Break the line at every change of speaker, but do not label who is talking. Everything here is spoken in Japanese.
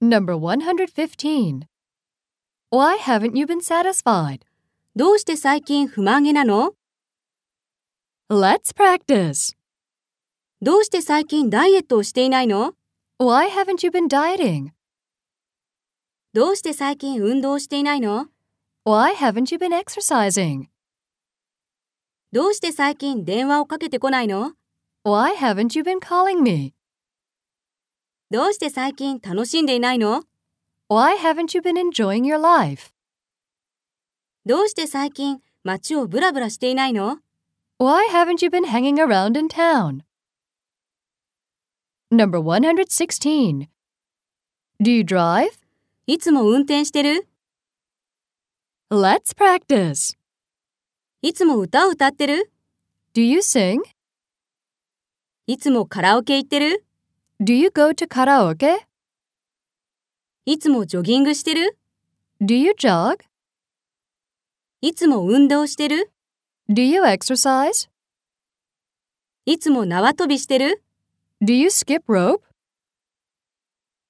Number 115. Why haven't you been satisfied?
どうして最近不満げなの
Let's practice.
どうして最近ダイエットをしていないの
Why haven't you been dieting?
どうして最近運動をしていないの
Why haven't you been exercising?
どうして最近電話をかけてこないの
Why haven't you been calling me?
どうして最近楽しんでいないの
Why haven't you been enjoying your life?
どうして最近街をブラブラしていないの
Why haven't you been hanging around in town? Number 116. Do you drive?
いつも運転してる
Let's practice.
いつも歌を歌ってる
Do you sing?
いつもカラオケ行ってる
Do you go to karaoke?
いつもジョギングしてる
Do you jog?
いつも運動してる
Do you exercise?
いつも縄跳びしてる
Do you skip rope?